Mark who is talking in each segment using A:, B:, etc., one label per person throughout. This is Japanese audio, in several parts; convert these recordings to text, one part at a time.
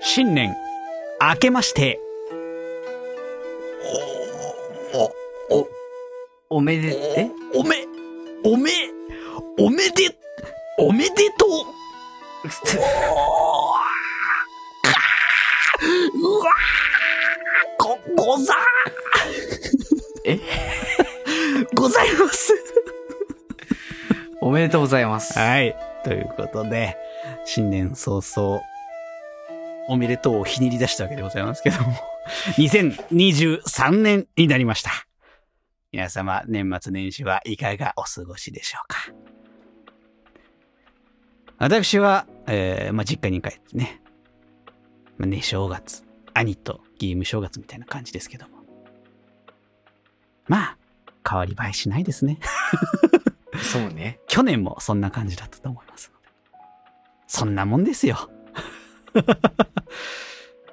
A: 新年、明けまして、
B: お、
C: おめで、え
B: お、おめ、おめ、おめで、おめでとう。うわーこ、ござ
C: え
B: ござい ます。
C: おめでとうございます。
A: はい。ということで、新年早々、おめでとうをひねり出したわけでございますけども、2023年になりました。皆様、年末年始はいかがお過ごしでしょうか。私は、えー、まあ、実家に帰ってね、まあ、ね、正月、兄とゲーム正月みたいな感じですけども。まあ、変わり映えしないですね。
C: そうね。
A: 去年もそんな感じだったと思いますので。そんなもんですよ。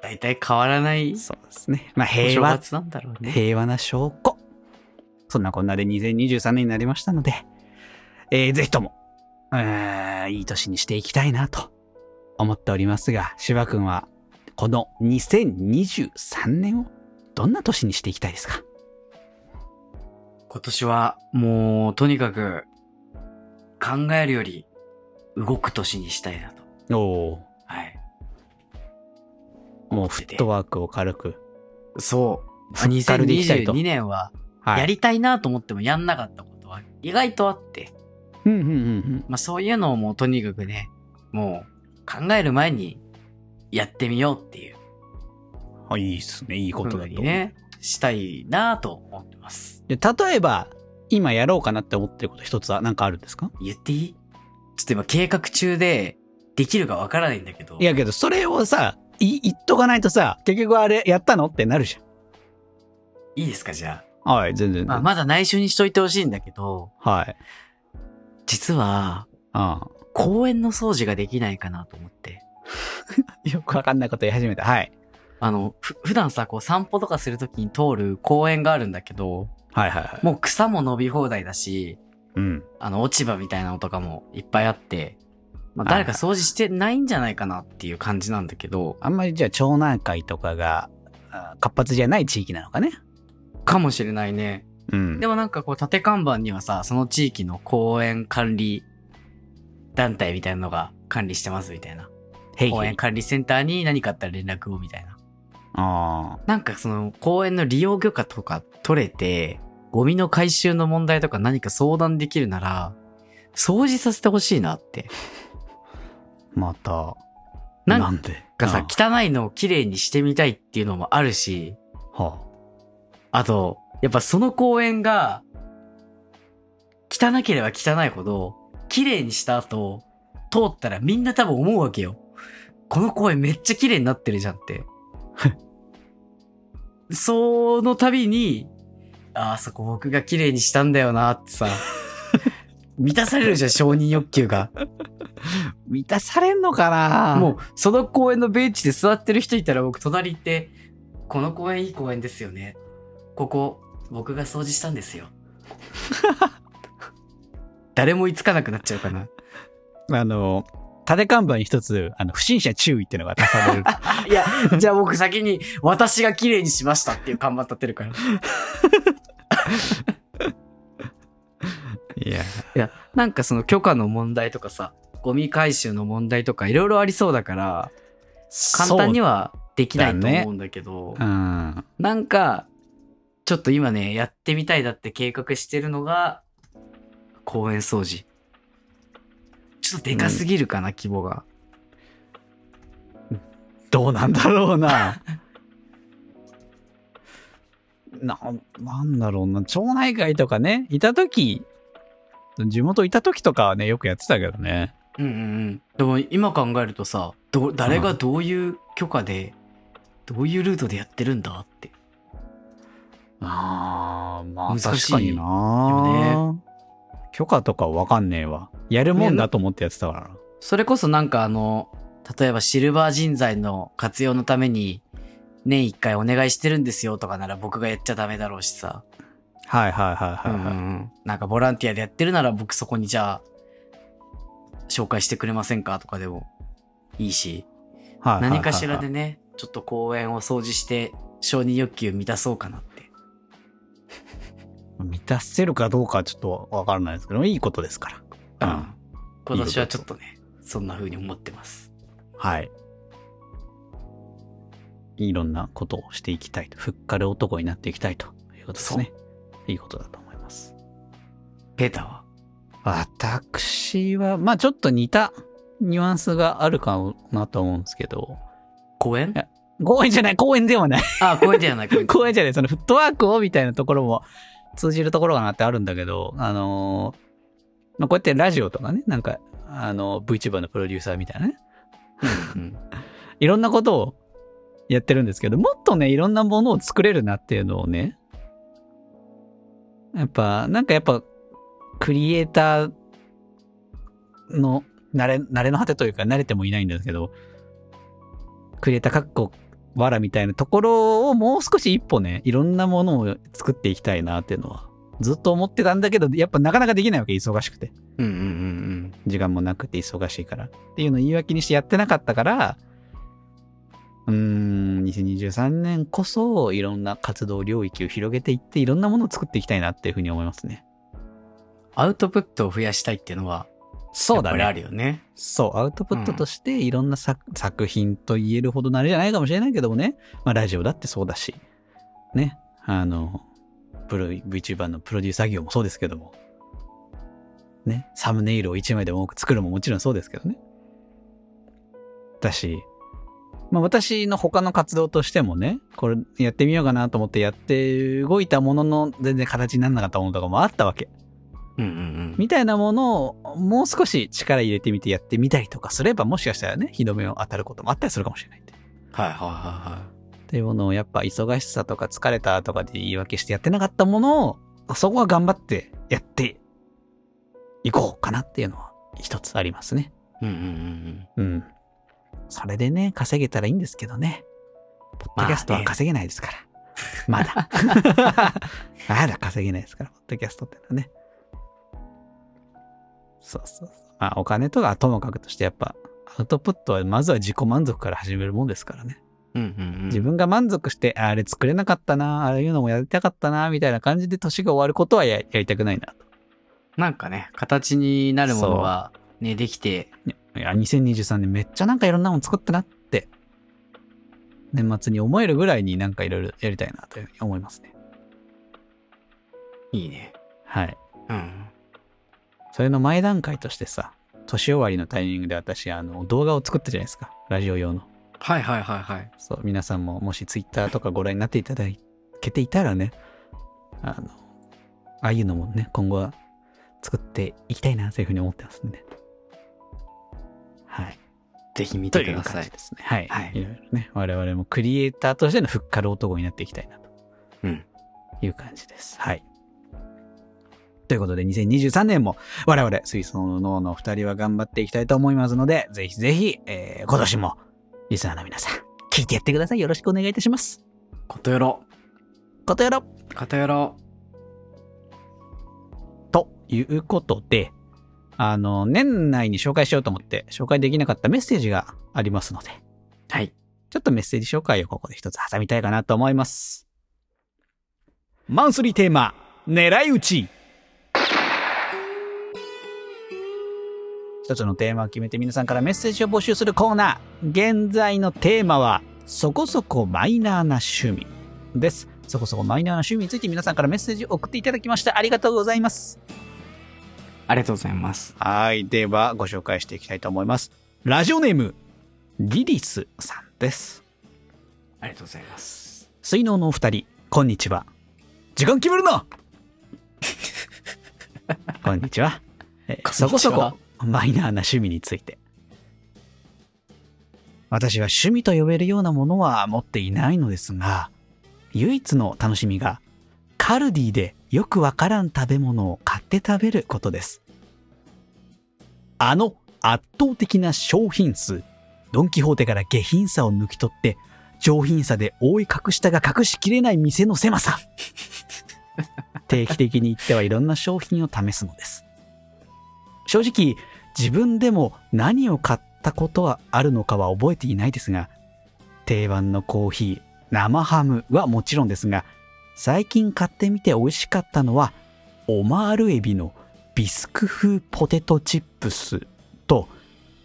C: だいたい変わらない
A: そうですね。まあ
C: お
A: 平
C: 正
A: 和、
C: 月なんだろうね。
A: 平和な証拠。そんなこんなで2023年になりましたので、えー、ぜひとも、うーんいい年にしていきたいなと思っておりますが、芝くんは、この2023年をどんな年にしていきたいですか
C: 今年はもうとにかく考えるより動く年にしたいなと。
A: お
C: はい。
A: お、もうフットワークを軽く、
C: そう。
A: フッ軽でいきたいと
C: 2022年は
A: は
C: や
A: い。
C: りたいなと思ってもやんなかったことは意外とあって、
A: うんうんうんうん。
C: まあそういうのをもうとにかくね、もう考える前にやってみようっていう
A: あいいっすね。いいこ
C: ことと
A: だと
C: にね、したいなと思ってます。
A: で、例えば、今やろうかなって思ってること一つは何かあるんですか
C: 言っていいちょっと今計画中でできるかわからないんだけど。
A: いやけど、それをさ、い言っとかないとさ、結局あれやったのってなるじ
C: いいですか、じゃ
A: ゃん。はい、全然。
C: あ。まあ、まだ内緒にしといてほしいんだけど、
A: はい。
C: 実は、
A: あ
C: 公園の掃除ができないかなと思って。
A: あよくわかんないこと言い始めた。はい。
C: あの、ふ普段さ、こう散歩とかするときに通る公園があるんだけど、
A: はいはいはい。
C: もう草も伸び放題だし、
A: うん。
C: あの、落ち葉みたいなのとかもいっぱいあって、まあ、誰か掃除してないんじゃないかなっていう感じなんだけど、
A: あんまりじゃあ、町内会とかが、あ活発じゃない地域なのかね。
C: かもしれないね。
A: うん
C: でもなんかこう縦看板にはさ、その地域の公園管理団体みたいなのが管理してますみたいな。
A: へい
C: 公
A: へい
C: 園。管理センターに何かあったら連絡をみたいな。
A: ああ。
C: なんかその公園の利用許可とか取れて、ゴミの回収の問題とか何か相談できるなら、掃除させてほしいなって。
A: また。
C: なん
A: で
C: かさ、汚いのをきれいにしてみたいっていうのもあるし、
A: あは
C: あと、やっぱその公園が、汚ければ汚いほど、綺麗にした後、通ったらみんな多分思うわけよ。この公園めっちゃ綺麗になってるじゃんって。 その度に、ああそこ僕が綺麗にしたんだよなってさ、満たされるじゃん、承認欲求が。
A: あ満たされんのかな
C: もう、その公園のベンチで座ってる人いたら僕隣行って、この公園いい公園ですよね。ここ、僕が掃除したんです よ。誰も追いつかなくなっちゃうかな。
A: あの、縦看板に一つ、あの、不審者注意ってのが足される。
C: いや、じゃあ僕先に私が綺麗にしましたっていう看板立てるから。
A: いや。
C: なんかその許可の問題とかさ、ゴミ回収の問題とかいろいろありそうだから、簡単に
A: は。
C: はできないと
A: そうだね
C: 思うんだけど、
A: うん。
C: なんか、ちょっと今ね、やってみたいだって計画してるのが、公園掃除。ちょっとでかすぎるかな、規模が。
A: どうなんだろうな。 な、なんだろうな。町内会とかね、いたとき、地元いたときとかはね、よくやってたけどね。
C: うんうんうん。でも今考えるとさ、ど、誰がどういう許可で、どういうルートでやってるんだって。
A: ああ、ま
C: 難しい
A: な、許可とかわかんねえわ。やるもんだと思ってやってたからな。
C: それこそなんかあの、例えばシルバー人材の活用のために、年一回お願いしてるんですよとかなら僕がやっちゃダメだろうしさ。
A: はいはいはいはい、はい
C: なんかボランティアでやってるなら僕そこにじゃあ、紹介してくれませんかとかでもいいし、
A: はいはいはいはい
C: 何かしらでね、ちょっと公園を掃除して、承認欲求満たそうかなって。
A: 満たせるかどうかはちょっとわからないですけど、いいことですから。
C: うん。今年はちょっとね、そんな風に思ってます。
A: はい。いろんなことをしていきたいと。ふっかる男になっていきたいということですね。いいことだと思います。
C: ペーターは
A: 私は、まあちょっと似たニュアンスがあるかなと思うんですけど、
C: 公園
A: や公園じゃない、公園ではない。
C: あ、公園じゃ ない、公園。
A: 公園じゃない、そのフットワークをみたいなところも通じるところかなってあるんだけど、あのーまあこうやってラジオとかね、なんか、あの、VTuber のプロデューサーみたいなね、
C: うん
A: いろんなことをやってるんですけど、もっとね、いろんなものを作れるなっていうのをね、やっぱ、なんかやっぱ、クリエイターの、慣れ、慣れの果てというか、慣れてもいないんですけど、クリエイターかっこ、わらみたいなところをもう少し一歩ね、いろんなものを作っていきたいなっていうのは、ずっと思ってたんだけど、やっぱなかなかできないわけ、忙しくて。
C: うんうんうん
A: 時間もなくて忙しいからっていうのを言い訳にしてやってなかったから、うーん、2023年こそいろんな活動領域を広げていっていろんなものを作っていきたいなっていうふうに思いますね。
C: うん。アウトプットを増やしたいっていうのは、
A: そうだ
C: やっぱ
A: ね。
C: りあるよね。
A: そう、アウトプットとしていろんな作,、作品と言えるほどのあれじゃないかもしれないけどもね、まあラジオだってそうだし、ね、あの、プロ VTuber のプロデューサー業もそうですけども、ね、サムネイルを1枚でも多く作るももちろんそうですけどね。だし、まあ私の他の活動としてもね、これやってみようかなと思ってやって動いたものの全然形にならなかったものとかもあったわけ。
C: うんうんうん。
A: みたいなものをもう少し力入れてみてやってみたりとかすればもしかしたらね、日の目を当たることもあったりするかもしれないって。
C: はいはいはいはい。
A: っていうものをやっぱ忙しさとか疲れたとかで言い訳してやってなかったものを、そこは頑張ってやっていこうかなっていうのは一つありますね。
C: うんうんうんうん。
A: うん。それでね、稼げたらいいんですけどね。ポッドキャストは稼げないですから。ま だ。まだ稼げないですから、ポッドキャストってのはね。そうそうそう。まあ、お金とかはともかくとして、やっぱ、アウトプットはまずは自己満足から始めるもんですからね。
C: うんうんうん
A: 自分が満足して、ああれ作れなかったな、ああいうのもやりたかったな、みたいな感じで年が終わることはややりたくないな
C: なんかね、形になるものは、ね、できて、
A: いや、2023年めっちゃなんかいろんなもの作ったなって、年末に思えるぐらいになんかいろいろやりたいなというふうに思いますね。
C: いいね。
A: はい。
C: うん。
A: それの前段階としてさ、年終わりのタイミングで私、あの、動画を作ったじゃないですか。ラジオ用の。
C: はいはいはいはい。
A: そう、皆さんももしツイッターとかご覧になっていただけていたらね、あの、ああいうのもね、今後は作っていきたいなというふうに思ってますんで。はい。
C: ぜひ見
A: と
C: て
A: い
C: く
A: う
C: ださ
A: 感
C: い
A: じ。ですね。はい。
C: はい
A: い。ろいろね、我々もクリエイターとしてのふっかる男になっていきたいなと。
C: うん
A: いう感じです。はい。ということで、2023年も我々、水槽の脳の二人は頑張っていきたいと思いますので、ぜひぜひ、えー今年も、リスナーの皆さん、聞いてやってください。よろしくお願いいたします。
C: ことよろ。
A: ことやろ
C: ことよろ。
A: ということで、あの、年内に紹介しようと思って、紹介できなかったメッセージがありますので、
C: はい。
A: ちょっとメッセージ紹介をここで一つ挟みたいかなと思います。マンスリーテーマ、狙い撃ち。一つのテーマを決めて皆さんからメッセージを募集するコーナー。現在のテーマは、そこそこマイナーな趣味です。そこそこマイナーな趣味について皆さんからメッセージを送っていただきました。ありがとうございます。
C: ありがとうございます。
A: はい。では、ご紹介していきたいと思います。ラジオネーム、リリスさんです。
C: ありがとうございます。
A: 水ののお二人、こんにちは。時間決める なこんにちは。えー
C: こんにち
A: そ
C: は
A: こそこ、マイナーな趣味について。私は趣味と呼べるようなものは持っていないのですが、唯一の楽しみが、カルディでよくわからん食べ物を買って食べることです。あの圧倒的な商品数、ドン・キホーテから下品さを抜き取って、上品さで覆い隠したが隠しきれない店の狭さ。定期的に行ってはいろんな商品を試すのです。正直、自分でも何を買っったことはあるのかは覚えていないですが、定番のコーヒー、生ハムはもちろんですが、最近買ってみて美味しかったのは、オマールエビのビスク風ポテトチップスと、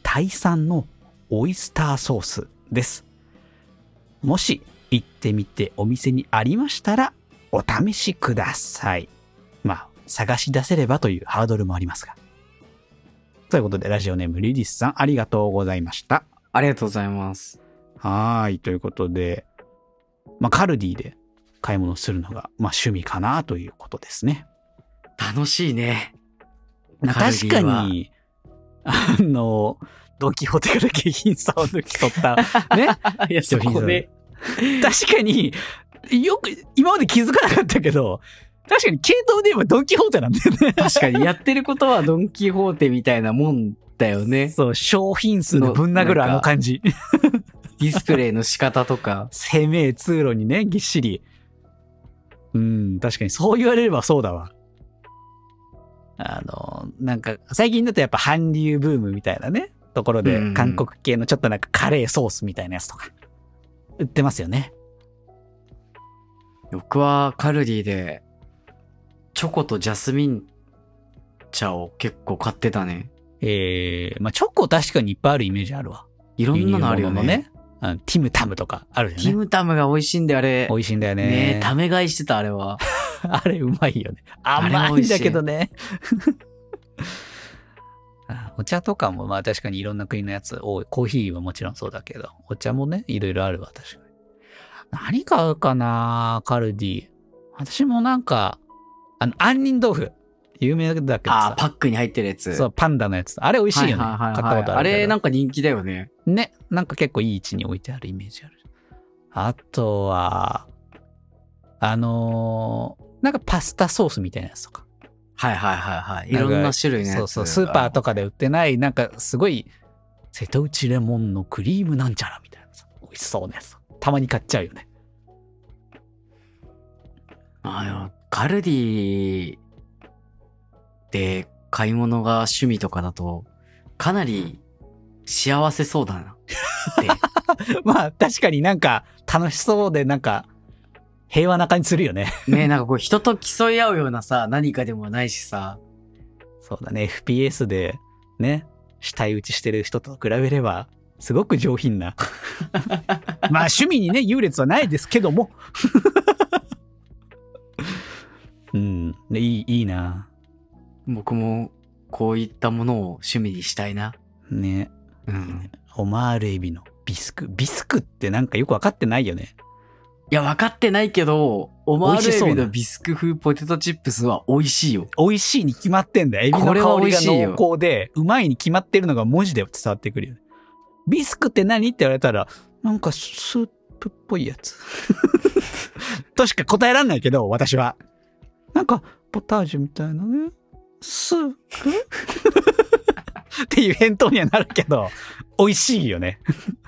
A: タイ産のオイスターソースです。もし行ってみてお店にありましたら、お試しください。まあ、探し出せればというハードルもありますが。ということで、ラジオネームリリスさん、ありがとうございました。
C: ありがとうございます。
A: はーい、ということで、まあ、カルディで買い物するのが、まあ、趣味かなということですね。
C: 楽しいね。
A: な
C: カルデ
A: 確
C: ィ
A: か
C: は
A: に、あの、ドンキホテから下品さを抜き取った。ね。
C: いや、
A: そこね。 確かに、よく、今まで気づかなかったけど、確かに系統で言えばドンキホーテなんだよね。
C: 確かに、やってることはドン・キホーテみたいなもんだよ ね。
A: そう、商品数でぶん殴るあの感じ。。
C: ディスプレイの仕方とか
A: 攻めえ通路にね、ぎっしり。うん、確かにそう言われればそうだわ。あの、なんか、最近だとやっぱ韓流ブームみたいなね、ところ
C: うんう
A: で、
C: ん
A: 韓国系のちょっとなんかカレーソースみたいなやつとか、売ってますよね。
C: 僕はカルディで、チョコとジャスミン茶を結構買ってたね。
A: えー、まあチョコ確かにいっぱいあるイメージあるわ。
C: いろんなのあるよね。
A: 輸入物のあのティムタムとかあるよ
C: ティ
A: ね。
C: ムタムが美味しいんで、あれ。
A: 美味しいんだよね。
C: ねえ、ため買いしてた、あれは。
A: あれうまいよね。
C: あれも
A: 甘
C: 美
A: いん
C: 味しい
A: だけどね。 あお茶とかもまあ確かにいろんな国のやつ多い。コーヒーはもちろんそうだけど、お茶もね、いろいろあるわ、確かに。何買うかなカルディ。私もなんか、あの、杏仁豆腐。有名だけど
C: あ
A: さ
C: ー、。パックに入ってるやつ。
A: そう、パンダのやつ。あれ美味しいよね。
C: ははは
A: 買
C: は
A: ったことあ
C: あ
A: るけど。
C: れ、なんか人気だよね。
A: ね、なんか結構いい位置に置いてあるイメージある。あとは、あのーなんかパスタソースみたいなやつとか。
C: はいはいはいはい。いろんな種類のやつ。
A: そうそう、スーパーとかで売ってない、なんかすごい、瀬戸内レモンのクリームなんちゃらみたいなさ、美味しそうなやつ。たまに買っちゃうよね。
C: あの、カルディで買い物が趣味とかだと、かなり幸せそうだな。
A: まあ確かになんか楽しそうで、なんか平和な感じするよね。
C: ねなんかこう人と競い合うようなさ、何かでもないしさ、
A: そうだね、FPS でね、死体打ちしてる人と比べれば、すごく上品な。 まあ趣味にね、優劣はないですけども。 うん、ねいい、いいな。
C: 僕もこういったものを趣味にしたいな。
A: ね、
C: うん。
A: オマールエビのビスク。ビスクってなんかよくわかってないよね。
C: いや、分かってないけど、オマールエ
A: 美味し
C: ビ
A: そうな
C: のビスク風ポテトチップスは美味しい よ。
A: 美味しいに決まってんだよ。エビの
C: これは
A: 香
C: 美
A: り
C: 味
A: が
C: しいよ
A: 濃厚で、うまいに決まってるのが文字で伝わってくるよね。ビスクって何って言われたら、なんかスープっぽいやつ。 としか答えらんないけど、私は。なんか、ポタージュみたいなね。スープ っていう返答にはなるけど、美味しいよね。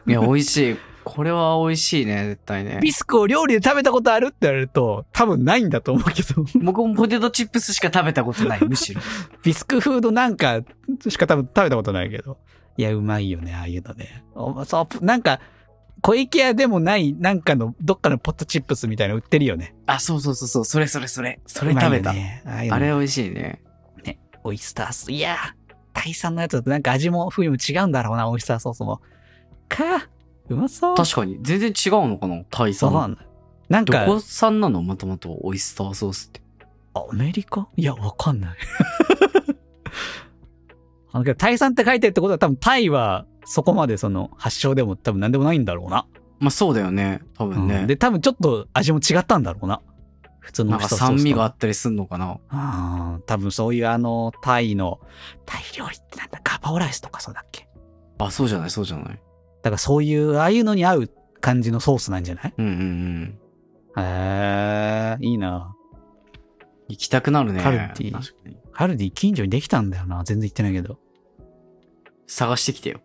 C: いや、美味しい。これは美味しいね、絶対ね。
A: ビスクを料理で食べたことあるって言われると、多分ないんだと思うけど。
C: 僕もポテトチップスしか食べたことない、むしろ。
A: ビスクフードなんかしか多分食べたことないけど。いや、うまいよね、ああいうのね。おそう、なんか、小池屋でもない、なんかの、どっかのポットチップスみたいなの売ってるよね。
C: あ、そうそうそうそう、それそれそれ。それ食べた。
A: うまいよね、ああいうの
C: あれ美味しいね。
A: オイスターソース。いやー、タイ産のやつだとなんか味も風味も違うんだろうな、オイスターソースも。か、うまそう。
C: 確かに。全然違うのかなタイ
A: そうな
C: 産。
A: んだ。なん
C: ど
A: か、
C: こ産なのもともとオイスターソースって。
A: アメリカいや、わかんない。 あのけど、タイ産って書いてるってことは多分タイはそこまでその発祥でも多分何でもないんだろうな。
C: まあそうだよね。多分
A: うん
C: ね。
A: で、多分ちょっと味も違ったんだろうな。普通の
C: なんか酸味があ
A: あ
C: ったりすんのかな
A: あー多分そういうあの、タイの、タイ料理ってなんだ、ガパオライスとかそうだっけ
C: あ、そうじゃない、そうじゃない。
A: だからそういう、ああいうのに合う感じのソースなんじゃない
C: うんうんうん。
A: へえ、いいな。
C: 行きたくなるね。
A: カルディ
C: 確かに
A: カルディ近所にできたんだよな。全然行ってないけど。
C: 探してきてよ。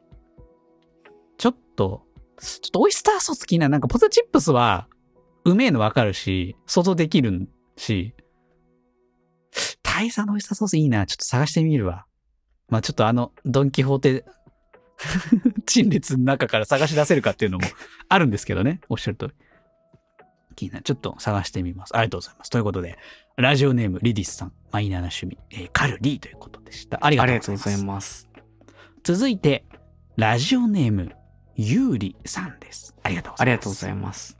A: ちょっと、ちょっとオイスターソース好きな、なんかポテトチップスは、うめえのわかるし、想像できるし、大佐のオイスターソースいいな、ちょっと探してみるわ。まあちょっとあの、ドンキホーテ 陳列の中から探し出せるかっていうのもあるんですけどね。おっしゃる通り。気になる。ちょっと探してみます。ありがとうございます。ということで、ラジオネーム、リディスさん、マイナーな趣味、えーカルリーということでした。あり
C: あ
A: が
C: り
A: とう
C: が
A: ご
C: と
A: ざいうま
C: ご
A: す
C: ざ。います。
A: 続いて、ラジオネーム、ゆうりさんです。ありがとうご
C: あ
A: ざいます。
C: りがとうございます。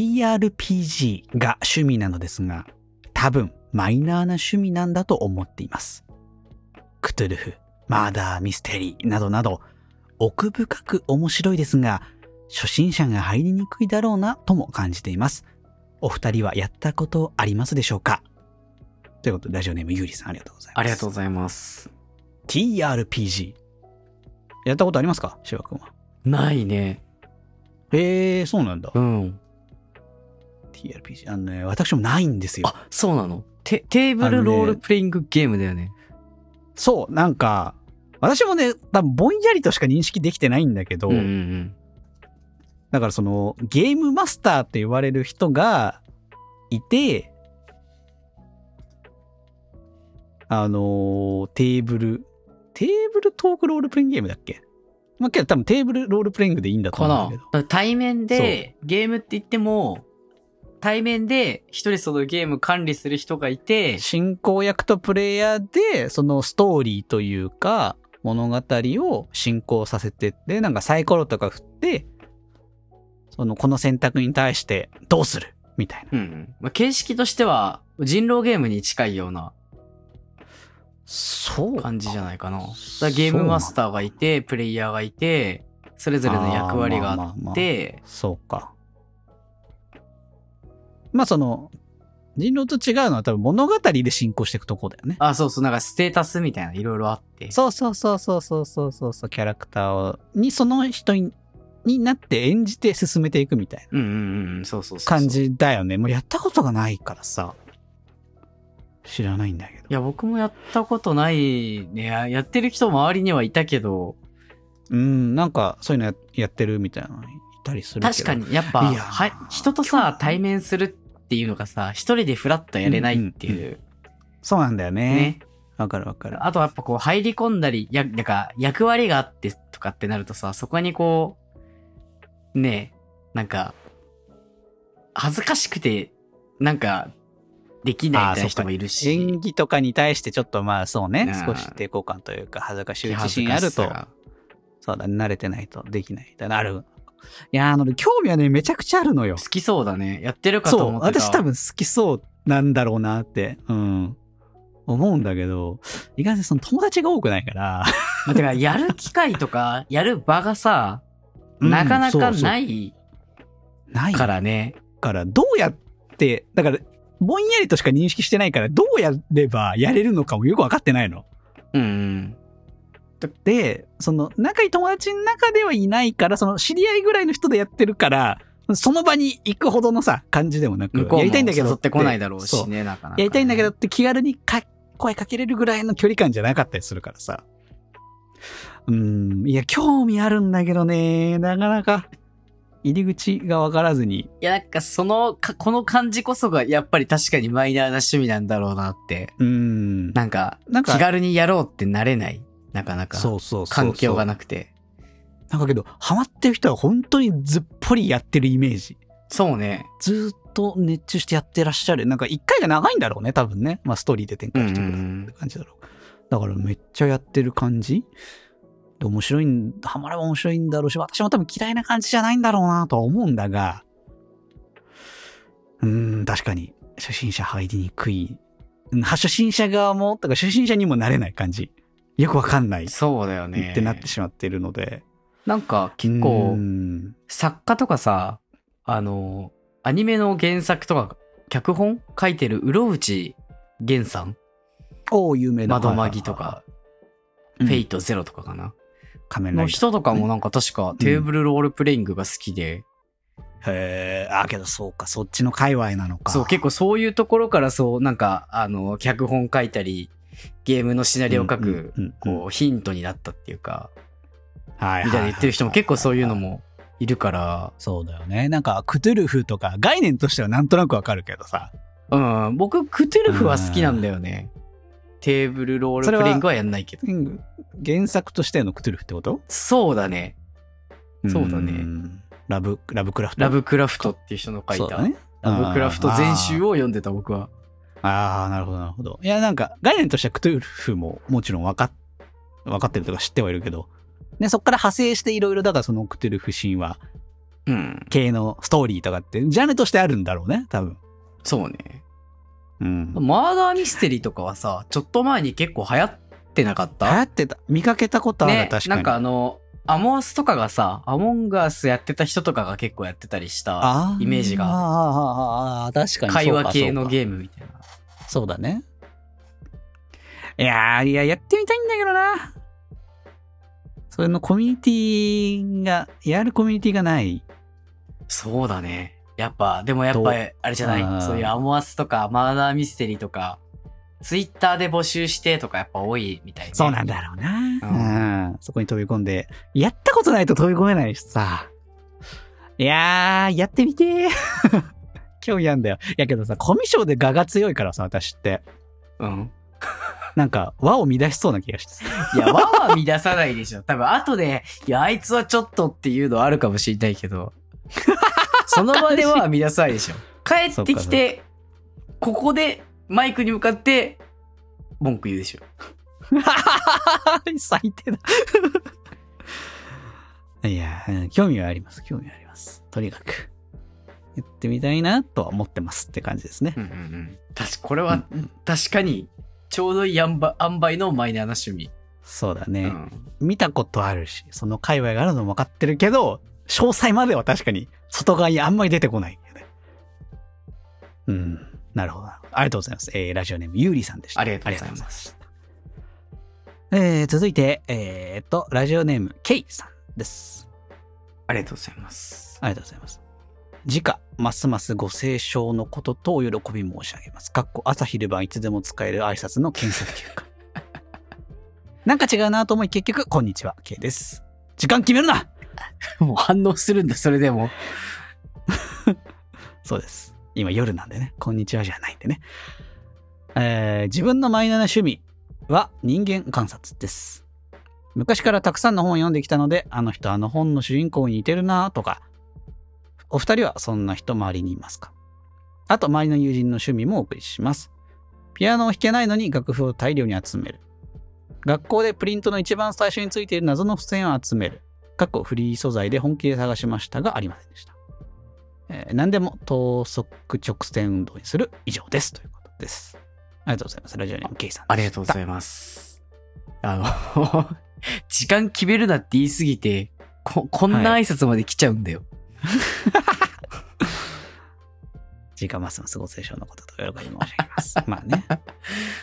A: TRPG が趣味なのですが、多分マイナーな趣味なんだと思っています。クトゥルフ、マーダーミステリーなどなど、奥深く面白いですが、初心者が入りにくいだろうなとも感じています。お二人はやったことありますでしょうかということで、ラジオネームゆうりさんありがとうございます。
C: ありがとうございます。
A: TRPG。やったことありますかしわくんは。
C: ないね。
A: へえ、そうなんだ
C: う。ん。
A: TRPG。あのね、私もないんですよ。
C: あ、そうなのテテーブルロールプレイングゲームだよね。
A: そう、なんか、私もね、多分ぼんやりとしか認識できてないんだけど、
C: うんうんうん。
A: だからその、ゲームマスターって言われる人がいて、あのーテーブル、テーブルトークロールプレイングゲームだっけまあ、けど多分テーブルロールプレイングでいいんだと
C: か
A: 思うん
C: な
A: だけど。
C: 対面で、ゲームって言っても、対面で一人そのゲーム管理する人がいて、
A: 進行役とプレイヤーで、そのストーリーというか、物語を進行させてって、なんかサイコロとか振って、その、この選択に対してどうするみたいな。
C: うんうんまあ、形式としては人狼ゲームに近いような
A: そう
C: 感じじゃないかな。だか
A: そう
C: ら
A: なんだ
C: ゲームマスターがいて、プレイヤーがいて、それぞれの役割があ
A: ま
C: っ
A: ままあ
C: て、
A: そうか。まあその、人狼と違うのは多分物語で進行していくとこだよね。
C: あ、そうそう、なんかステータスみたいないろいろあって。
A: そうそうそうそうそうそうそうそう、キャラクターを、にその人にになって演じて進めていくみたいな。
C: うんうんうん、そうそうそうそう。
A: 感じだよね。もうやったことがないからさ。知らないんだけど。
C: いや、僕もやったことないね。やってる人周りにはいたけど、
A: うん、なんかそういうのややってるみたいなのいたりするけど。
C: 確か。にやっぱ、
A: いやー
C: はい、人とさ、対面するっていうのがさ、一人でフラッとやれないっていう。
A: そうなんだよね
C: ね。。
A: わ、かるわかる。
C: あとやっぱこう入り込んだり、や、なんか役割があってとかってなるとさ、そこにこう、ねえ、なんか、恥ずかしくて、なんか、できないみたいな人もいるし。
A: 演技とかに対してちょっとまあそうね、
C: うん
A: 少し抵抗感というか恥ずかしい自
C: 恥ず
A: 信
C: か
A: あ
C: し
A: る
C: さ
A: と、
C: が
A: そうだね、慣れてないとできない。だなる。いやー、あのね、興味はね、めちゃくちゃあるのよ
C: 好。きそうだね。やってるかと
A: そ
C: 思
A: う、
C: ってた。
A: 私多分好きそうなんだろうなって、うん、思うんだけど、いかんせんその友達が多くないから、
C: まあ、てか、やる機会と か、やる場がさ、
A: うん
C: なかな
A: そ
C: か
A: うそう
C: ない
A: ない
C: からね。
A: から、どうやって、だから、ぼんやりとしか認識してないから、どうやればやれるのかもよくわかってないの。
C: うんうん。
A: で、その、仲いい友達の中ではいないから、その、知り合いぐらいの人でやってるから、その場に行くほどのさ、感じでもなく、
C: 向こうも
A: やりたいんだけど
C: 誘ってこないだろう
A: そう
C: しね、なかなかね、
A: やりたいんだけどって気軽にか声かけれるぐらいの距離感じゃなかったりするからさ。うーん、いや、興味あるんだけどね、なかなか、入り口がわからずに、
C: いや、なんかそのか、この感じこそが、やっぱり確かにマイナーな趣味なんだろうなって。
A: うーん、
C: なんか、
A: なんか
C: 気軽にやろうってなれない。なかなか。
A: そうそうそうそう。
C: 環境がなくて。
A: なんかけど、ハマってる人は本当にずっぽりやってるイメージ。
C: そうね。
A: ずーっと熱中してやってらっしゃる。なんか一回が長いんだろうね、多分ね。まあストーリーで展開していく
C: うんうんうん
A: って感じだろう。だからめっちゃやってる感じで、面白いん、ハマれば面白いんだろうし、私も多分嫌いな感じじゃないんだろうなとは思うんだが、うーん、確かに初心者入りにくい。うん初心者側も、だから初心者にもなれない感じ。よくわかんないっ
C: そうだよね。
A: てなってしまっているので。
C: なんか、結
A: う
C: 構
A: ー、ん
C: 作家とかさ、あの、アニメの原作とか、脚本書いてる、うろうち源さん。
A: おお、有名な。
C: 窓マギとか、
A: うん、
C: フェイトゼロとかかな。
A: 仮面ラ
C: の
A: イダー。
C: 人とかもなんか確かテーブルロールプレイングが好きで、
A: へえ、あ、けどそうか、そっちの界隈なのか。
C: そう、結構そういうところからそう、なんか、あの、脚本書いたり、ゲームのシナリオ書く、
A: うんうんうん
C: こう、ヒントになったっていうか、
A: はいはいはい
C: みたいな言ってる人も結構そういうの。もいるから、
A: そうだよね。なんか、クトゥルフとか、概念としてはなんとなくわかるけどさ。
C: うん、僕、クトゥルフは好きなんだよね。テーブルロールプレイングはやんないけど。
A: 原作としてのクトゥルフってこと
C: そうだね。そうだね
A: んラブ、ラブクラフト。
C: ラブクラフトっていう人の書い
A: そう
C: た。
A: だね。
C: ラブクラフト全集
A: を。
C: を読んでた僕は。
A: あーあー、なるほど、なるほど。いや、なんか、概念としてはクトゥルフももちろん分かっ、分かってるとか知ってはいるけど、ね、そっから派生していろいろ、だからそのクトゥルフ神話
C: うん。
A: 系のストーリーとかって、ジャンルとしてあるんだろうね、多分。
C: そうね。
A: うん。流
C: マーダーミステリーとかはさ、ちょっと前に結構流行ってなかった
A: 行ってた。見かけたことある、
C: ね、
A: 確かに。
C: なんかあの、アモアスとかがさ、アモンガースやってた人とかが結構やってたりした、
A: あー
C: イメージが
A: あーあー、あーあー、確かに
C: 会話系の
A: ー
C: ゲームみたいな。
A: ム。そうだね。いやー、いや、やってみたいんだけどな。それのコミュニティが、やるコミュニティがない。
C: そうだね。やっぱ、でもやっ
A: ど
C: ぱ
A: う、
C: あれじゃな
A: あ
C: い。
A: ー
C: そういうアモアスとか、マーダーミステリーとか、ツイッターで募集してとかやっぱ多いみたいね。
A: そうなんだろうな。うん。そこに飛び込んで、やったことないと飛び込めないしさ。いやー、やってみてー。 興味あんだよ。いやけどさ、コミュ障で我が強いからさ、私って。
C: うん。
A: なんか、和を乱しそうな気がしてさ。
C: いや、わは乱さないでしょ。多分、後で、いや、あいつはちょっとっていうのあるかもしれないけ ど、その場では乱さないでしょ。帰ってきて、ここでマイクに向かって、文句言うでしょ。
A: 最低だ。 いや、うん興味はあります。興味はあります。とにかく。やってみたいなとは思ってますって感じですね。
C: うんうんうん。確か、これは、確かに、ちょうどいい塩梅塩梅のマイナーな趣味。
A: そうだ
C: う
A: ね、
C: ん。
A: 見たことあるし、その界隈があるのも分かってるけど、詳細までは確かに外側にあんまり出てこないよね。うん。なるほどなるほど。ありがとうございます。えーラジオネームゆうりさんでした。
C: ありがとうござい
A: ありがとうございま
C: ます。
A: す。えー続いて、えーっと、ラジオネームケイさんです。
C: ありがとうございます。
A: ありがとうございます。次回、ますますご清聴のこととお喜び申し上げます。かっこ朝昼晩いつでも使える挨拶の検索結果。なんか違うなと思い、結局、こんにちは、K です。時間決めるな
C: もう反応するんだ、それでも。
A: そうです。今夜なんでね、こんにちはじゃないんでね。えー自分のマイナーな趣味は人間観察です。昔からたくさんの本を読んできたので、あの人あの本の主人公に似てるなとか、お二人はそんな人周りにいますかあと、周りの友人の趣味もお送りします。ピアノを弾けないのに楽譜を大量に集める。学校でプリントの一番最初についている謎の付箋を集める。過去フリー素材で本気で探しましたがありませんでした。えー何でも等速直線運動にする以上ですということです。ありがとうございます。ラジオネーム K さんでした。
C: ありがとうございます。あの、 時間決めるなって言いすぎて、こ、こんな挨拶まで来ちゃうんだよ。
A: 時間ますますご清聴のことと喜び申し上げます。 まあね。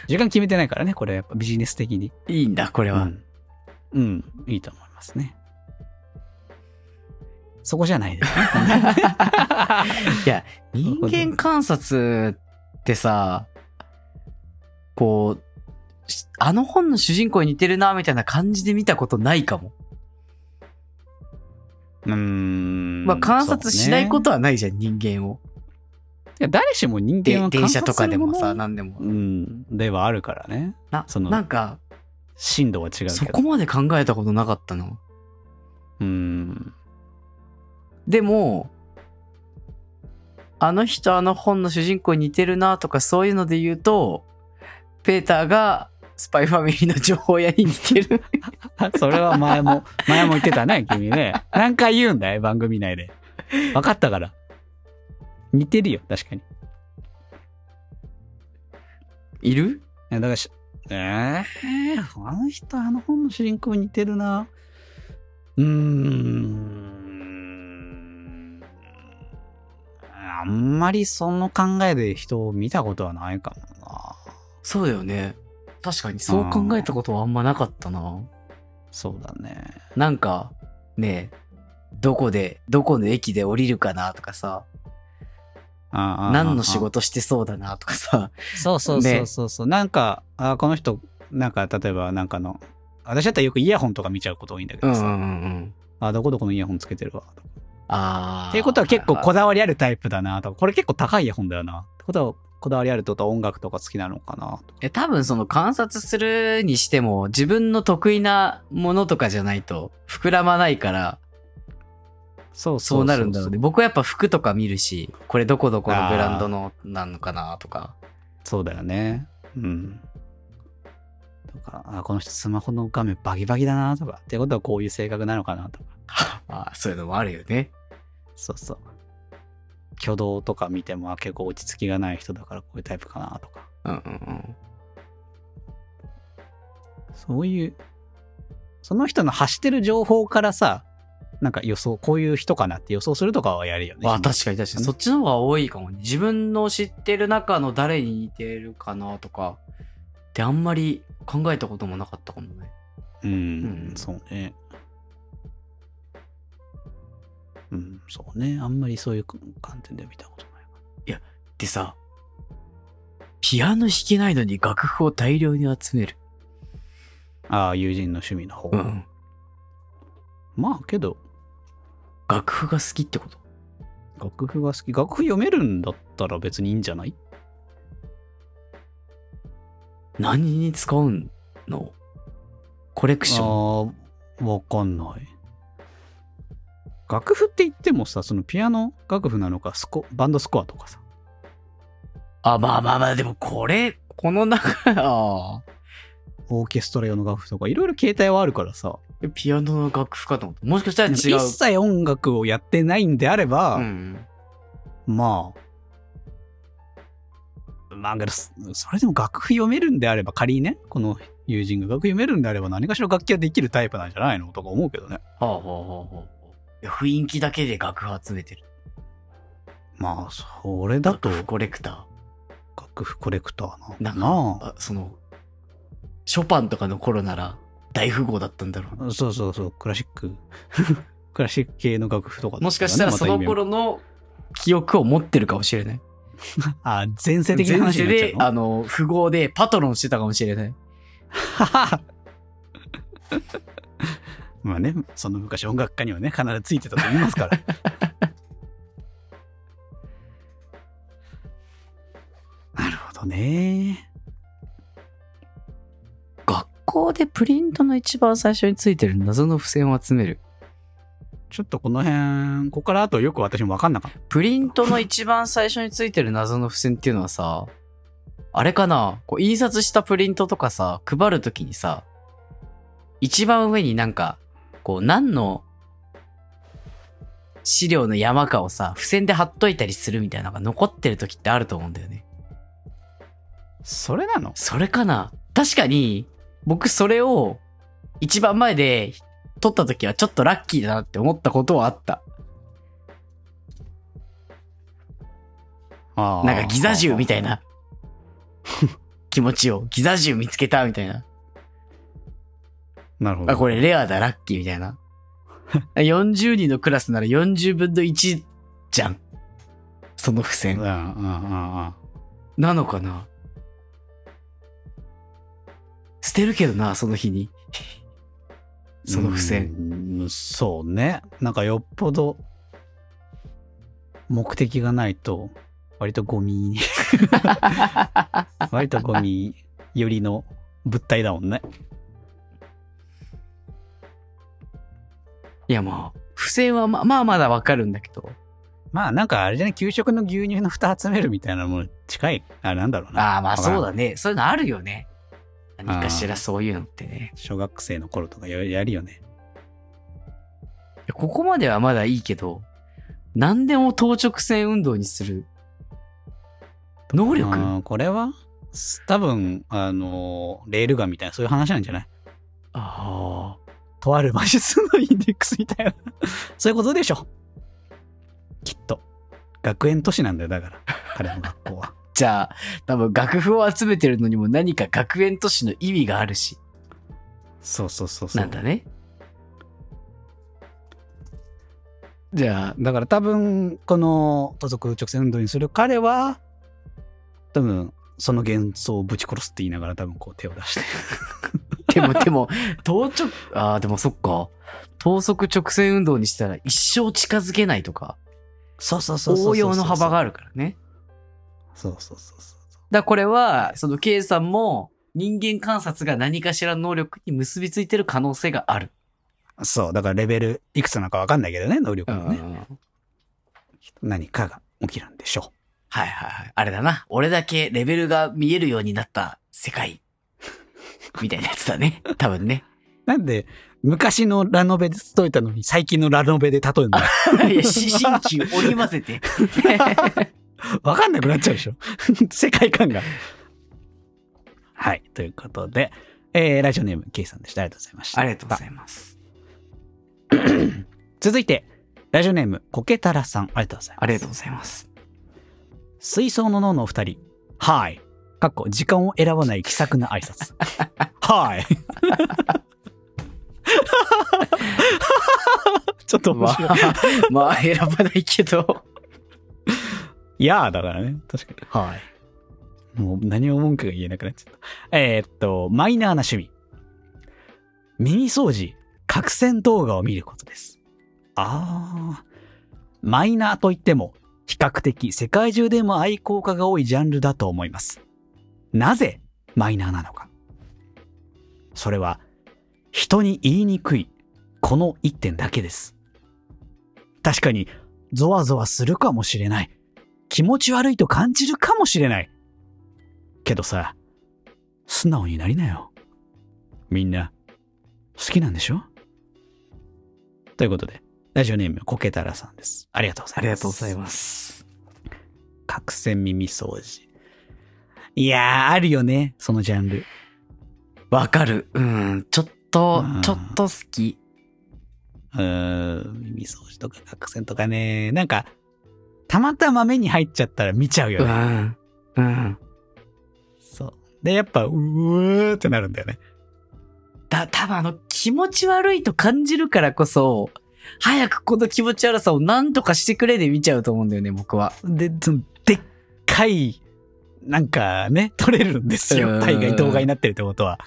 A: 時間決めてないからね、これはやっぱビジネス的に。
C: い、いんだ、これ
A: う
C: は。
A: ん。うん、いいと思いますね。そこじゃないですね。
C: いや、人間観察ってさ、こう、しあの本の主人公に似てるな、みたいな感じで見たことないかも。
A: うーん。。
C: まあ、観察しないこととはないじゃん、人間を。
A: いや誰しも人
C: で
A: 間は観察
C: 電車とかでも
A: する
C: さ、
A: もの
C: なんでも。
A: うん、ではあるからね。
C: な、
A: その
C: なんか、
A: 深度は違うけど。
C: そこまで考えたことなかったな。
A: うん。
C: でも、あの人あの本の主人公に似てるなとかそういうので言うと、ペーターがスパイファミリーの情報屋に似て る。
A: それは前も、前も言ってたね、君ね。何回言うんだい、番組内で。分かったから。似てるよ、確かに。い
C: いる
A: やだからし、えー、あの人、あの本の主人公似てるな。うーん。あんまりその考えで人を見たことはないかもな。
C: そうだよね。確かにそう考えたことはあんまなかったな。
A: そうだね。
C: なんか、ねえ、どこで、どこの駅で降りるかなとかさ、
A: あー
C: 何の仕事してそうだなとかさ、
A: そうそうそうそうそう、なんかあこの人なんか例えばなんかの私だったらよくイヤホンとか見ちゃうこと多いんだけ
C: うん
A: ど
C: うん
A: さ、
C: うんうん。
A: あどこどこのイヤホンつけてるわとか
C: ああ。
A: っていうことは結構こ
C: だ
A: だわりあるタイプだなとかこれ結構高いイヤホンだよなってことはこだわりあるってことは音楽とか好きなのかなと。
C: え、多分その観察するにしても自分の得意なものとかじゃないと膨らまないから
A: そう
C: そうなるんだろうね。
A: ね。
C: 僕はやっぱ服とか見るし、これどこどこのブランドのなのかなとか。
A: そうだよね。うん。とか、あ、この人スマホの画面バギバギだなとか、ってことはこういう性格なのかなとか。
C: まあそういうのもあるよね。
A: そうそう。挙動とか見ても、あ、結構落ち着きがない人だからこういうタイプかなとか。
C: うんうんうん。
A: そういう、その人の発してる情報からさ、なんか予想、こういう人かなって予想するとかはやるよね。
C: あ、確かに確かに。そっちの方が多いかもね。自分の知ってる中の誰に似てるかなとかってあんまり考えたこともなかったかもね。
A: うん、
C: うん
A: そうね。うん、そうね。あんまりそういう観点で見たことない。
C: でさ、ピアノ弾けないのに楽譜を大量に集める。
A: ああ、友人の趣味の方。
C: うん。
A: まあ、けど、
C: 楽譜が好きってこと
A: 楽譜が好き。楽譜読めるんだったら別にいいんじゃない
C: 何に使うのコレクシ
A: あ
C: ョン
A: ーわかんない。楽譜って言ってもさ、そのピアノ楽譜なのか、スコ、バンドスコアとかさ。
C: あ、まあまあまあ、でもこれ、この中、あ
A: オーケストラ用の楽譜とかいろいろ携帯はあるからさ
C: ーピアノの楽譜かと思った。もしかしたら違
A: 一
C: う。
A: 切音楽をやってないんであれば、
C: うん。
A: まあまあけどそそれでも楽譜読めるんであれば仮にねこの友人が楽譜読めるんであれば何かしら楽器はできるタイプなんじゃないのとか思うけどね
C: はあはあはあはあ。いや雰囲気だけで楽譜集めてる。
A: まあそれだと
C: 楽譜コレクタ
A: 楽譜コレクター
C: ー。
A: な
C: なん
A: の
C: か、
A: かな
C: あその、ショパンとかの頃なら大富豪だったんだろうな。
A: そうそうそうクラシック クラシック系の楽譜とかだったらね、
C: もしかしたらその頃の記憶を持ってるかもしれない。
A: また意味あ前世的な話になっちゃう
C: 前世で
A: の
C: あの、富豪でパトロンしてたかもしれない。
A: まあね、その昔音楽家にはね、必ずついてたと言います から。なるほどね。
C: 学校でプリントの一番最初についてる謎の付箋を集める。
A: ちょっとこの辺、ここからあとよく私も分かんなかった。
C: プリントの一番最初についてる謎の付箋っていうのはさ、あれかなこう印刷したプリントとかさ、配るときにさ、一番上になんか、こう何の資料の山かをさ、付箋で貼っといたりするみたいなのが残ってるときってあると思うんだよね。
A: それなの
C: それかな確かに、僕それを一番前で撮った時はちょっとラッキーだなって思ったことはあった。
A: あ
C: なんかギザ銃みたい
A: な。
C: な気持ちを、ギザ銃見つけたみたいな。
A: なるほど。
C: あ、これレアだ、ラッキーみた いな。40人のクラスなら40分の1じゃん。その付
A: うんうん
C: 箋。
A: うんうん。
C: なのかな捨てるけどな、その日に。その付箋。
A: うん。そうね。なんかよっぽど、目的がないと、割とゴミ に割とゴミ寄りの物体だもんね。
C: いやまあ、付箋はままあまだわかるんだけど。
A: まあなんかあれじゃない、給食の牛乳の蓋集めるみたいなのも近い、あれなんだろうな。
C: ああ、まあ
A: わからん
C: そうだね。そういうのあるよね。何かしらそういうのってね。
A: 小学生の頃とかややるよね。
C: いやここまではまだいいけど、何でも当直線運動にする。能力
A: うんこれは、す多分、あのーレールガンみたいな、そういう話なんじゃない
C: ああ。
A: とある魔術のインデックスみたいな。 そういうことでしょ。きっと。学園都市なんだよ、だから。彼の学校は。
C: じゃあ、多分楽譜を集めてるのにも何か学園都市の意味があるし。
A: そうそうそうそう。
C: なんだね。じゃあ、
A: だから多分この都族直線運動にする彼は多分その幻想をぶち殺すって言いながら多分こう手を出して
C: でもでも、当直、ああ、でもそっか。等速直線運動にしたら一生近づけないとか、
A: そうそうそ
C: 応用の幅があるからね。
A: そうそうそうそう。
C: だからこれは、その K さんも人間観察が何かしらの能力に結びついてる可能性がある。
A: そう、だからレベルいくつなのかわかんないけどね、能力のね。
C: はい
A: 何かが起きるんでしょ
C: はいはい。あれだな。俺だけレベルが見えるようになった世界。みたいなやつだね。多分ね。
A: う。なんで、昔のラノベで例えたのに、最近のラノベで例え るの
C: いや、し心中織り交 ぜて。
A: わかんなくなっちゃうでしょ 世界観が。はい、ということで、えー、ラジオネーム K さんでした。ありがとうございました。
C: ありがとうございます。
A: 続いて、ラジオネームコケタラさん。ありがとうございます。
C: ありがとうございます。
A: 水槽の脳のお二人。はい。かっこ、時間を選ばない気さくな挨拶。はい。ちょっと面
C: ま
A: 白い、
C: あ、 まあ、選ばないけど。
A: いやーだからね。確か
C: はい。
A: に。もう何も文句が言えなくなっちゃった。えーっと、マイナーな趣味。耳掃除、角栓動画を見ることです。あー。マイナーといっても、比較的世界中でも愛好家が多いジャンルだと思います。なぜマイナーなのか。それは、人に言いにくい、この一点だけです。確かに、ゾワゾワするかもしれない。気持ち悪いと感じるかもしれない。けどさ、素直になりなよ。みんな、好きなんでしょということで、ラジオネーム、コケタラさんです。ありがとうございます。
C: ありがとうございます。
A: 角栓耳掃除。いやー、あるよね、そのジャンル。
C: わかる。うん。ちょっと
A: うん、
C: ちょっと好き。
A: うーん、耳掃除とか角栓とかね、なんか、たまたま目に入っちゃったら見ちゃうよ
C: う
A: ね。
C: ん。うん。
A: そう。で、やっぱ、うーってなるんだよね。
C: だ、多分あの、気持ち悪いと感じるからこそ、早くこの気持ち悪さを何とかしてくれで見ちゃうと思うんだよね、僕は。
A: で、その、でっかい、なんかね、取れるんです
C: う
A: よ。
C: ん
A: 大概動画になってるってことは。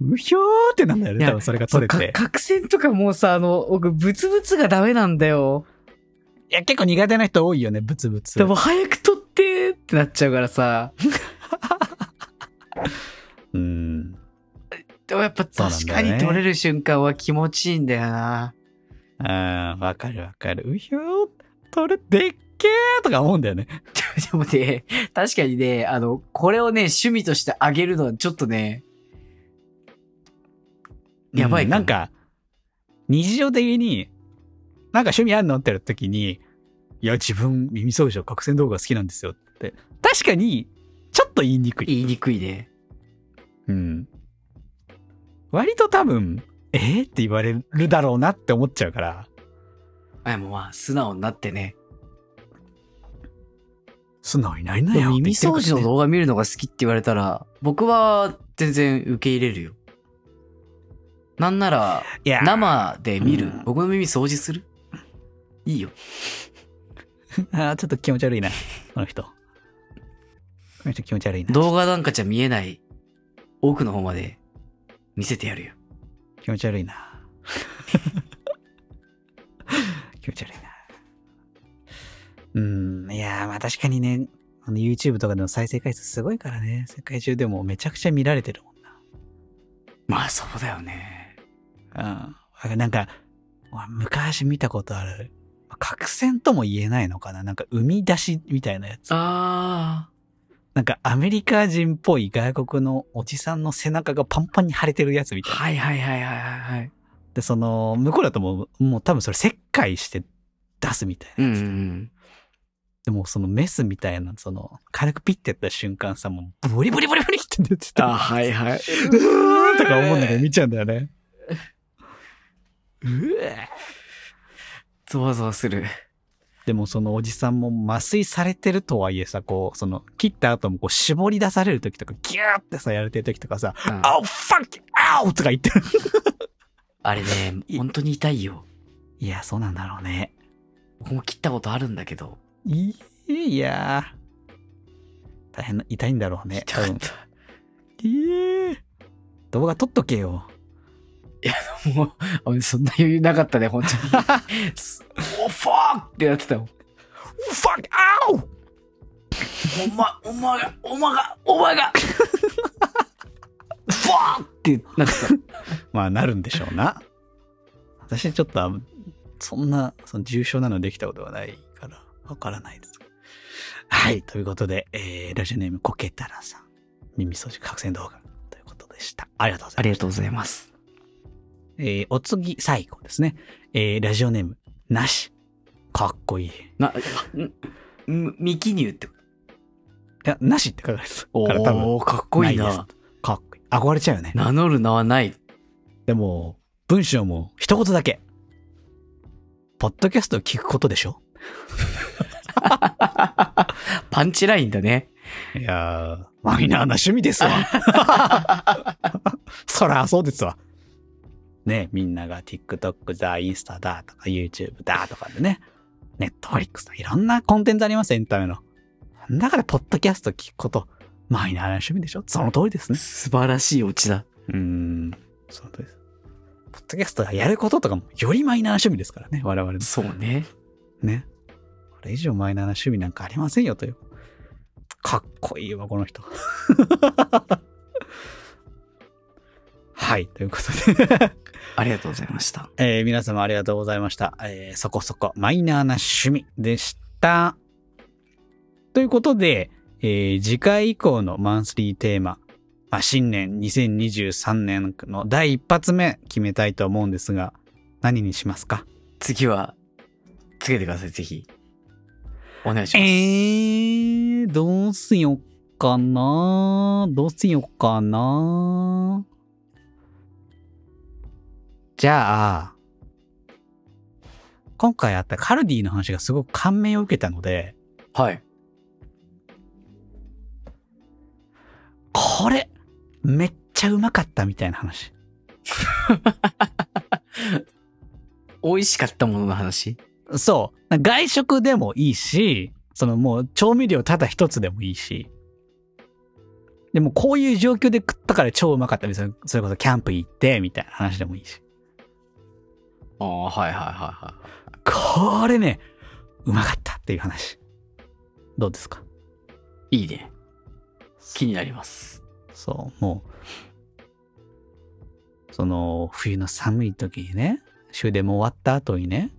A: うひょーってなんだよね、
C: いや
A: 多分それが取れ
C: か
A: て。
C: 角栓とかもうさ、あの、僕、ブツブツがダメなんだよ。
A: いや、結構苦手な人多いよね、ブツブツ。
C: でも早く取ってってなっちゃうからさ。
A: うん。
C: でもやっぱ
A: そうなん
C: 確
A: だ
C: か
A: よね
C: に取れる瞬間は気持ちいいんだよな。
A: あーわかるわかる。うひょー、取れ、でっけーとか思うんだよね。
C: でもね、確かにね、あの、これをね、趣味としてあげるのはちょっとね、やばい
A: うん
C: か
A: な
C: も
A: んか、日常的に、なんか趣味あんのってやるときに、いや、自分耳掃除の角栓動画好きなんですよって。確かに、ちょっと言いにくい。
C: 言いにくいね。
A: うん。割と多分、えー、って言われるだろうなって思っちゃうから、
C: あ、もうまあ、素直になってね。
A: 素直になりな
C: で
A: よ
C: も
A: って言
C: 耳
A: ってるか
C: 掃
A: らね、
C: 除の動画見るのが好きって言われたら、僕は全然受け入れるよ。なんなら、
A: いや、
C: 生で見る
A: うん。
C: 僕の耳掃除するいいよ。
A: あーちょっと気持ち悪いな。この人。この人気持ち悪いな。
C: 動画なんかじゃ見えない奥の方まで見せてやるよ。
A: 気持ち悪いな。 気持ち悪いな。うん、いやーまあ確かにね、あの YouTube とかでの再生回数すごいからね、世界中でもめちゃくちゃ見られてるもん
C: まあそうだよね。
A: な。うん。なんか、俺昔見たことある、まあ角栓とも言えないのかななんか生み出しみたいなやつ。
C: あ
A: なんかアメリカ人っぽい外国のおじさんの背中がパンパンに腫れてるやつみ
C: あ。
A: たいな。
C: はいはいはいはいはいはい。
A: で、その、向こうだともう、もう多分それ切開して出すみたいな。
C: うんうんうん。
A: でもそのメスみたいな、その、軽くピッてやった瞬間さ、もうブリブリブリブリって出てた。
C: はい
A: う
C: はい。
A: ーんとか思うんだけど見ちゃうんだよね。
C: ゾワゾワする。
A: でもそのおじさんも麻酔されてるとはいえさ、こう、その、切った後もこう絞り出される時とか、ギューってさ、やれてる時とかさ、
C: うん
A: あお、ファンキー、あおとか言ってる。
C: あれね、本当に痛いよ。
A: いや、そうなんだろうね。
C: 僕も切ったことあるんだけど。
A: いいやー大変な、痛いんだろうね。
C: 痛
A: 多
C: かった。
A: 分いえ動画撮っとけよ。
C: もう、あそんな余裕なかったね、本当に。すお、ファークってなってたもん。
A: ファックアウ
C: おま、おまが、おまが、おまが、ファーってなってた。
A: まあ、なるんでしょうな。私、ちょっと、あんそんな、その重症なのできたことはないから、わからないです。はい。ということで、えー、ラジオネーム、コケタラさん。耳掃除覚醒動画。ということでした。ありがとうございます
C: ありがとうございます。
A: えーお次、最後ですね。えーラジオネーム、なし。かっこいい。い
C: な、ん、ん未記入ってこ
A: や、なしって書かれて
C: と。
A: たから多分、
C: ー、かっこいい
A: ないです
C: な。
A: かっこいい。憧れちゃうよね。
C: 名乗る名はない。
A: でも、文章も一言だけ。ポッドキャストを聞くことでしょ
C: パンチラインだね。
A: いやー、マイナーな趣味ですわ。 そら、そうですわ。ね、みんなが TikTok だ、インスタだとか YouTube だとかでね、Netflix だ、いろんなコンテンツあります、エンタメの。だから、ポッドキャスト聞くこと、マイナーな趣味でしょその通りですね。
C: 素晴らしいオチだ。
A: うーん、その通りです。ポッドキャストがやることとかも、よりマイナーな趣味ですからね、我々の。
C: そうね。
A: ね。これ以上マイナーな趣味なんかありませんよという。かっこいいわ、この人。 はい、ということで、
C: ありがとうございました。
A: えー皆様ありがとうございました。えーそこそこマイナーな趣味でした。ということで、えー次回以降のマンスリーテーマ、まあ、新年2023年の第一発目決めたいと思うんですが、何にしますか
C: 次は、つけてください、ぜひ。お願いし
A: え
C: ます。
A: ー、どうしよっかなどうしよっかなじゃあ、今回あったカルディの話がすごく感銘を受けたので、
C: はい。
A: これ、めっちゃうまかったみたいな話。
C: 美味しかったものの話。
A: そう。外食でもいいし、そのもう調味料ただ一つでもいいし。でもこういう状況で食ったから超うまかったみたいな。それこそキャンプ行って、みたいな話でもいいし。
C: ああ、はいはいはいはい。
A: これね、うまかったっていう話。どうですか
C: いいね。気になります。
A: そう、もう、その、冬の寒い時にね、終電も終わった後にね、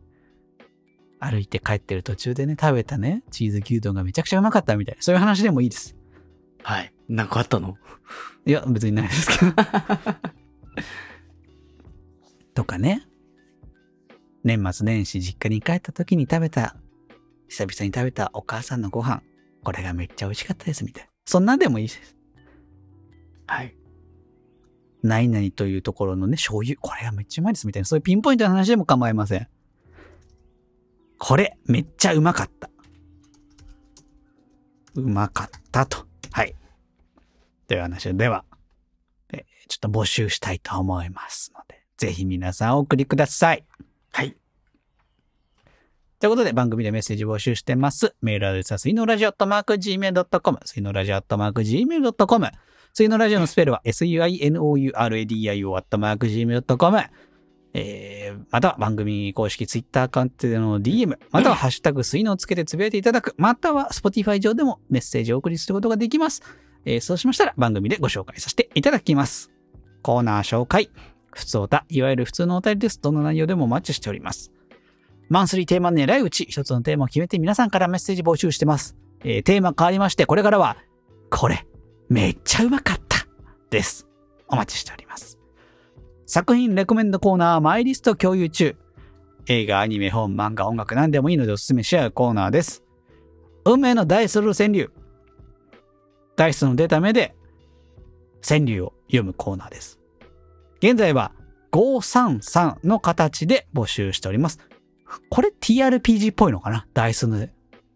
A: 歩いて帰ってる途中でね、食べたね、チーズ牛丼がめちゃくちゃうまかったみたいな、そういう話でもいいです。
C: はい。なんかあったの
A: いや、別にないですけど。とかね。年末年始実家に帰った時に食べた、久々に食べたお母さんのご飯、これがめっちゃ美味しかったですみたいな。そんなんでもいいです。
C: はい。
A: 何々というところのね、醤油、これがめっちゃうまいですみたいな。そういうピンポイントの話でも構いません。これ、めっちゃうまかった。うまかったと。はい。という話では、えーちょっと募集したいと思いますので、ぜひ皆さんお送りください。
C: はい。
A: ということで、番組でメッセージ募集してます。メールアドレスは、水のラジオットマーク Gmail.com、水のラジオットマーク Gmail.com、水のラジオのスペルは、suinouradio アットマーク Gmail.com、えー、または番組公式ツイッターアカウントでの DM、またはハッシュタグ水のをつけてつぶやいていただく、または Spotify 上でもメッセージをお送りすることができます。えーそうしましたら番組でご紹介させていただきます。コーナー紹介、普通おた、いわゆる普通のお便りです。どんな内容でもお待ちしております。マンスリーテーマの狙いうち、一つのテーマを決めて皆さんからメッセージ募集してます。えーテーマ変わりまして、これからは、これ、めっちゃうまかったです。お待ちしております。作品レコメンドコーナー、マイリスト共有中。映画、アニメ、本、漫画、音楽、何でもいいのでおすすめし合うコーナーです。運命のダイスル川柳。ダイスの出た目で、川柳を読むコーナーです。現在は、533の形で募集しております。これ TRPG っぽいのかなダイスの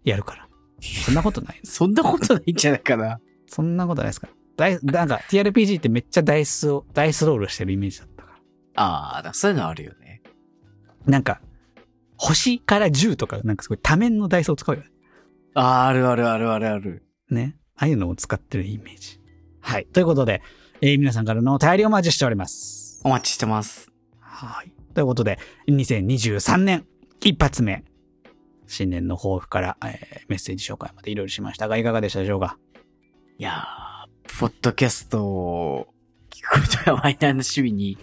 A: やるから。そんなことない。
C: そんなことないんじゃないかな。
A: そんなことないですから。ダイなんか TRPG ってめっちゃダイスを、ダイスロールしてるイメージだったから。
C: ああ、そういうのあるよね。
A: なんか、星から10とか、なんかすごい多面のダイスを使うよね。
C: あーあるあるあるあるある。
A: ね。ああいうのを使ってるイメージ。はい。ということで、えー皆さんからのお便りをお待ちしております。
C: お待ちしてます。
A: はい。ということで、2023年一発目、新年の抱負から、えーメッセージ紹介までいろいろしましたが、いかがでしたでしょうか
C: いやー、ポッドキャストを聞くことがマイナーの趣味に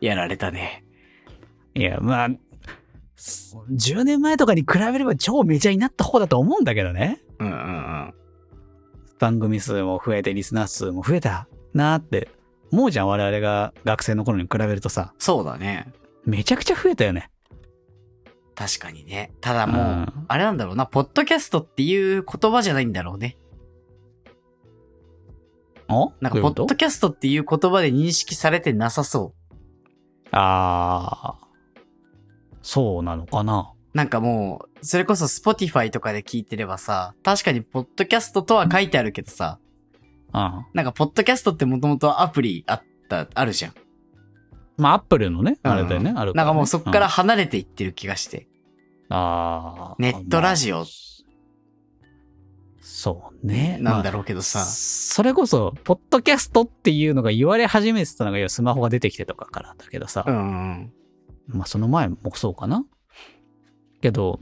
C: やられたね。
A: いや、まあ、そ10年前とかに比べれば超メジャーになった方だと思うんだけどね。
C: うんうんうん。
A: 番組数も増えて、リスナー数も増えたなーって思うじゃん、我々が学生の頃に比べるとさ。
C: そうだね。
A: めちゃくちゃ増えたよね。
C: 確かにね。ただもう、
A: うん
C: あれなんだろうな、ポッドキャストっていう言葉じゃないんだろうね。
A: お
C: な
A: ど
C: んか、
A: ういうこ
C: ポッ
A: と
C: ドキャストっていう言葉で認識されてなさそ
A: ああ。そうなのかな
C: う。なんかもう、それこそ Spotify とかで聞いてればさ、確かにポッドキャストとは書いてあるけどさ、
A: うん。
C: なんかポッドキャストってもともとアプリあった、あるじゃん。
A: まあ、アップルのね、
C: うん
A: あれだよね、ある
C: なん
A: ね
C: かもうそっから
A: ん
C: 離れていってる気がして。
A: ああ。
C: ネットラジオ
A: まあそうね。
C: なんだ
A: ろ
C: ろうけど
A: う
C: さ。
A: それこそ、ポッドキャストっていうのが言われ始めてたのが、要はスマホが出てきてとかからだけどさ。
C: うんうん。
A: まあ、その前もそうかな。けど、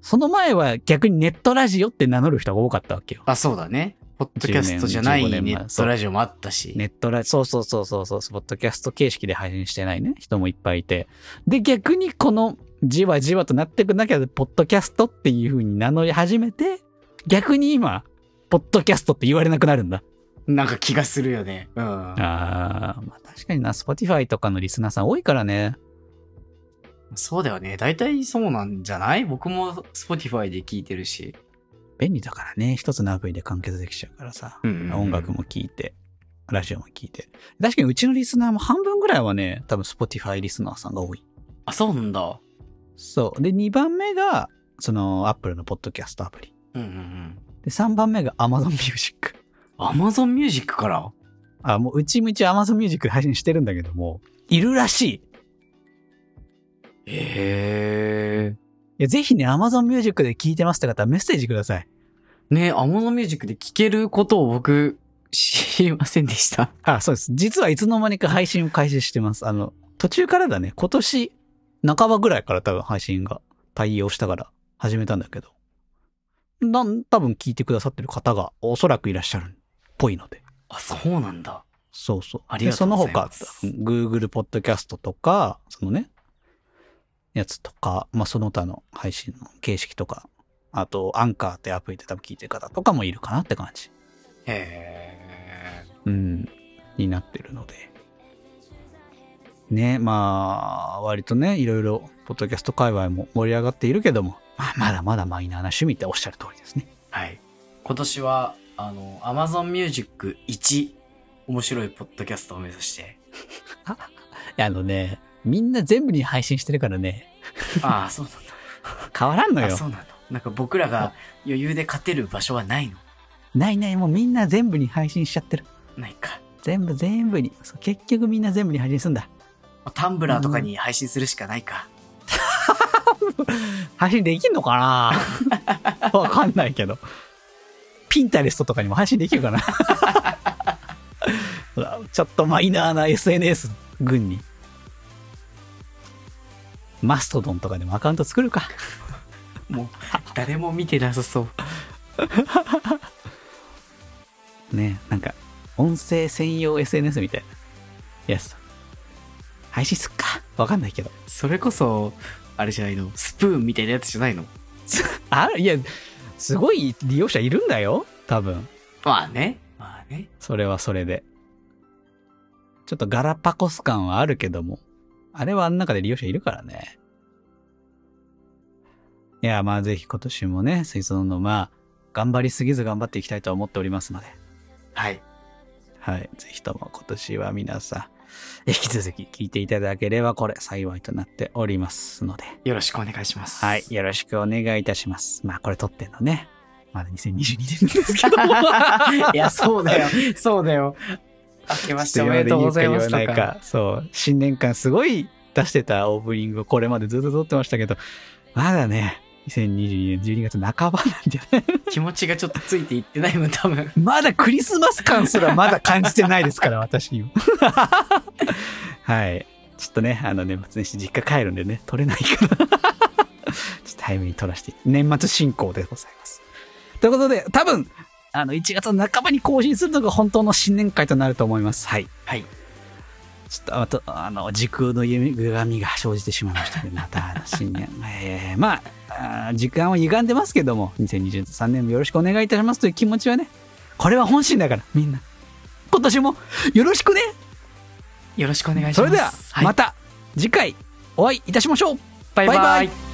A: その前は逆にネットラジオって名乗る人が多かったわけよ。
C: あ、そうだね。ポッドキャストじゃないネットラジオもあったし。
A: ネットラ、そうそうそうそうそう、ポッドキャスト形式で配信してないね、人もいっぱいいて。で、逆にこの、じわじわとなっていく中で、ポッドキャストっていう風に名乗り始めて、逆に今、ポッドキャストって言われなくなるんだ。
C: なんか気がするよね。うん。
A: あー、まあ確かにな、Spotify とかのリスナーさん多いからね。
C: そうだよね。大体そうなんじゃない僕も Spotify で聞いてるし。
A: 便利だからね、一つのアプリで完結できちゃうからさ。
C: うん
A: 音楽。も聴いて、ラジオも聴いて。確かにうちのリスナーも半分ぐらいはね、多分 Spotify リスナーさんが多い。
C: あ、そうなんだ。
A: そう。で、2番目が、その、Apple のポッドキャストアプリ。
C: うんうんうん。
A: で、3番目が Amazon Music。
C: Amazon Music から
A: あ、もう、うちも一応 Amazon Music で配信してるんだけども、いるらしい。い
C: へえ。
A: や、ぜひね、Amazon Music で聞いてますって方はメッセージください。
C: ね Amazon Music で聞けることを僕、知りませんでした。
A: あ、そうです。実はいつの間にか配信を開始してます。あの、途中からだね、今年半ばぐらいから多分配信が対応したから始めたんだけど、なん、多分聞いてくださってる方がおそらくいらっしゃるっぽいので。
C: あ、そうなんだ。
A: そうそう。
C: ありがとうございます
A: でその他、Google ポッドキャストとか、そのね、やつとか、まあ、その他の配信の形式とか、あと、アンカーってアプリで多分聞いてる方とかもいるかなって感じ。
C: へえ。
A: うん。になってるので。ね、まあ、割とね、いろいろ、ポッドキャスト界隈も盛り上がっているけども、まあ、まだまだマイナーな趣味っておっしゃる通りですね。
C: はい。今年は、あの、Amazon Music 1、面白いポッドキャストを目指 して。
A: いやあのね、みんな全部に配信してるからね、
C: ああ、そうなんだ。
A: 変わらんの
C: あ、
A: よ。
C: そうなんだ。なんか僕らが余裕で勝てる場所はないの
A: ないない、もうみんな全部に配信しちゃってる。
C: ないか。
A: 全部全部に。そう結局みんな全部に配信すんだ。
C: タンブラーとかに配信するしかないか。
A: 配信できんのかなわかんないけど。ピンタレストとかにも配信できるかなほらちょっとマイナーな SNS 群に。マストドンとかでもアカウント作るか。
C: もう、誰も見てなさそう。
A: ねなんか、音声専用 SNS みたいな。やつ。配信すっかわかんないけど。
C: それこそ、あれじゃないのスプーンみたいなやつじゃないの
A: あいや、すごい利用者いるんだよ多分。
C: まあね。まあね。
A: それはそれで。ちょっとガラパコス感はあるけども、あれはあん中で利用者いるからね。いや、まあぜひ今年もね、水槽の、まあ、頑張りすぎず頑張っていきたいとは思っておりますので、
C: はい。
A: はい。ぜひとも今年は皆さん、引き続き聞いていただければこれ幸いとなっておりますので、
C: よろしくお願いします。
A: はい。よろしくお願いいたします。まあこれ撮ってんのね、まだ2022年ですけども。
C: いや、そうだよ。そうだよ。明けましておめでとうございますと
A: 言うか
C: か
A: 言。わないかそう。新年間すごい出してたオープニングをこれまでずっと撮ってましたけど、まだね、2022年12月半ばなんじゃない
C: 気持ちがちょっとついていってないもん、多分。
A: まだクリスマス感すらまだ感じてないですから、私にも。 はい。ちょっとね、あの年末年始実家帰るんでね、撮れないから。ちょっと早めに撮らせて、年末進行でございます。ということで、多分、あの、1月の半ばに更新するのが本当の新年会となると思います。はい。
C: はい。
A: ちょっと、あと、あの、時空の歪み歪みが生じてしまいましたね。また、あの新年。えー、まあ、あー時間は歪んでますけども、2023年もよろしくお願いいたしますという気持ちはね、これは本心だから、みんな。今年もよろしくね
C: よろしくお願いします。
A: それでは、
C: い
A: また次回お会いいたしましょう
C: バイバイ。
A: バイバイ